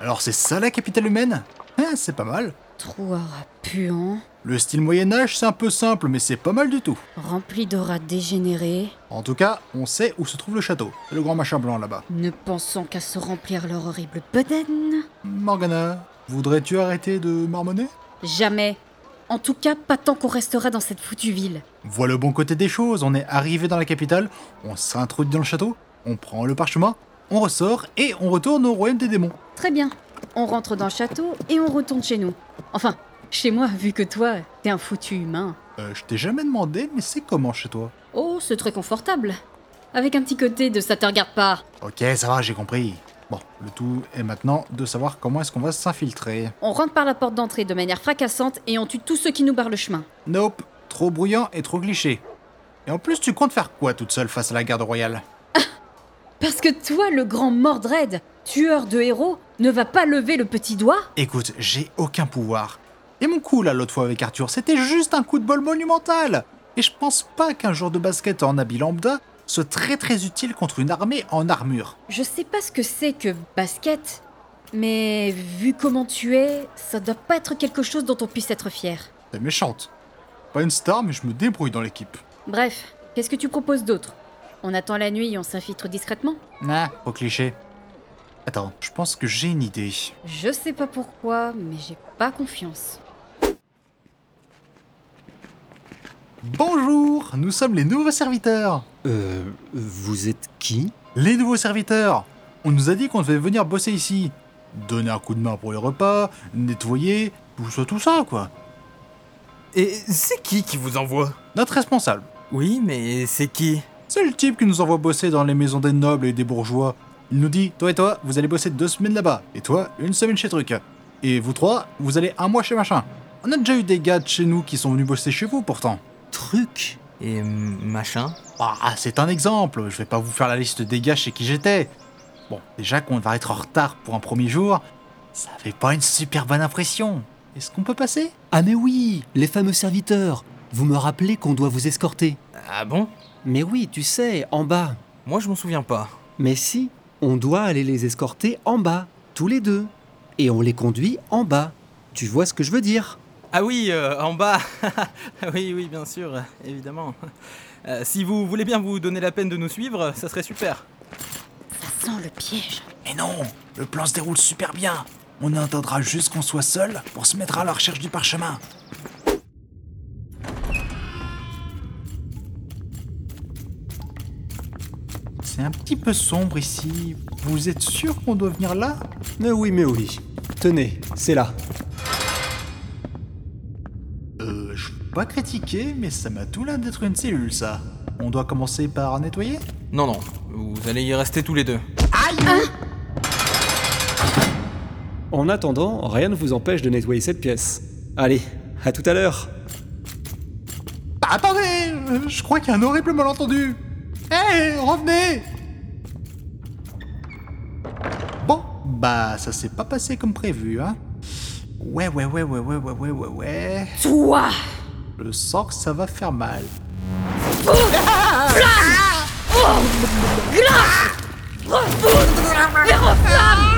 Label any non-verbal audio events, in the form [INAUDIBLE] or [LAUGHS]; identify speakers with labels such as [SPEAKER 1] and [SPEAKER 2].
[SPEAKER 1] Alors c'est ça la capitale humaine Hein, C'est pas mal.
[SPEAKER 2] Trouard puant,
[SPEAKER 1] Le style Moyen-Âge, c'est un peu simple, mais c'est pas mal du tout.
[SPEAKER 2] rempli d'aura dégénérée,
[SPEAKER 1] En tout cas, on sait où se trouve le château. C'est le grand machin blanc là-bas.
[SPEAKER 2] ne pensant qu'à se remplir leur horrible bedaine.
[SPEAKER 1] Morgana, voudrais-tu arrêter de marmonner
[SPEAKER 2] Jamais. En tout cas, pas tant qu'on restera dans cette foutue ville.
[SPEAKER 1] Vois le bon côté des choses, on est arrivé dans la capitale, on s'introduit dans le château, on prend le parchemin, on ressort et on retourne au royaume des démons.
[SPEAKER 2] Très bien. On rentre dans le château et on retourne chez nous. Enfin, chez moi, vu que toi, t'es un foutu humain.
[SPEAKER 1] Euh, je t'ai jamais demandé, mais c'est comment chez toi
[SPEAKER 2] Oh, c'est très confortable. Avec un petit côté de ça te regarde pas.
[SPEAKER 1] Ok, ça va, j'ai compris. Bon, le tout est maintenant de savoir comment est-ce qu'on va s'infiltrer.
[SPEAKER 2] On rentre par la porte d'entrée de manière fracassante et on tue tous ceux qui nous barrent le chemin.
[SPEAKER 1] Nope, trop bruyant et trop cliché. Et en plus, tu comptes faire quoi toute seule face à la garde royale
[SPEAKER 2] Parce que toi, le grand Mordred, tueur de héros, ne va pas lever le petit doigt
[SPEAKER 1] Écoute, j'ai aucun pouvoir. Et mon coup là l'autre fois avec Arthur, c'était juste un coup de bol monumental. Et je pense pas qu'un jour de basket en habit lambda soit très très utile contre une armée en armure.
[SPEAKER 2] Je sais pas ce que c'est que basket, mais vu comment tu es, ça doit pas être quelque chose dont on puisse être fier.
[SPEAKER 1] C'est méchante. Pas une star, mais je me débrouille dans l'équipe.
[SPEAKER 2] Bref, qu'est-ce que tu proposes d'autre On attend la nuit et on s'infiltre discrètement
[SPEAKER 1] Ah, au cliché. Attends, je pense que j'ai une idée.
[SPEAKER 2] Je sais pas pourquoi, mais j'ai pas confiance.
[SPEAKER 1] Bonjour, nous sommes les nouveaux serviteurs.
[SPEAKER 3] Euh, vous êtes qui
[SPEAKER 1] Les nouveaux serviteurs On nous a dit qu'on devait venir bosser ici. Donner un coup de main pour les repas, nettoyer, tout ça, tout ça, quoi.
[SPEAKER 4] Et c'est qui qui vous envoie
[SPEAKER 1] Notre responsable,
[SPEAKER 4] Oui, mais c'est qui
[SPEAKER 1] c'est le type qui nous envoie bosser dans les maisons des nobles et des bourgeois. Il nous dit, toi et toi, vous allez bosser deux semaines là-bas, et toi, une semaine chez Truc. Et vous trois, vous allez un mois chez Machin. On a déjà eu des gars de chez nous qui sont venus bosser chez vous pourtant.
[SPEAKER 4] Truc et machin
[SPEAKER 1] Ah, c'est un exemple, je vais pas vous faire la liste des gars chez qui j'étais. Bon, déjà qu'on va être en retard pour un premier jour, ça fait pas une super bonne impression. Est-ce qu'on peut passer
[SPEAKER 3] Ah mais oui, les fameux serviteurs. Vous me rappelez qu'on doit vous escorter.
[SPEAKER 4] Ah bon
[SPEAKER 3] Mais oui, tu sais, en bas.
[SPEAKER 4] Moi je m'en souviens pas.
[SPEAKER 3] Mais si, on doit aller les escorter en bas, tous les deux. Et on les conduit en bas. Tu vois ce que je veux dire
[SPEAKER 4] Ah oui, euh, en bas [LAUGHS] Oui, oui, bien sûr, euh, évidemment. Euh, si vous voulez bien vous donner la peine de nous suivre, euh, ça serait super.
[SPEAKER 2] Ça sent le piège.
[SPEAKER 1] Mais non, le plan se déroule super bien. On attendra juste qu'on soit seul pour se mettre à la recherche du parchemin. C'est un petit peu sombre ici. Vous êtes sûr qu'on doit venir là
[SPEAKER 3] Mais oui, mais oui. Tenez, c'est là.
[SPEAKER 1] Euh, je peux pas critiquer, mais ça m'a tout l'air d'être une cellule, ça. On doit commencer par nettoyer
[SPEAKER 4] Non, non, vous allez y rester tous les deux.
[SPEAKER 3] En attendant, rien ne vous empêche de nettoyer cette pièce. Allez, à tout à l'heure.
[SPEAKER 1] Bah, attendez euh, Je crois qu'il y a un horrible malentendu Hé, revenez Bon, bah, ça s'est pas passé comme prévu, hein. Ouais, ouais, ouais, ouais, ouais, ouais, ouais, ouais, ouais.
[SPEAKER 2] Toi
[SPEAKER 1] Je sens que ça va faire mal.
[SPEAKER 2] Grave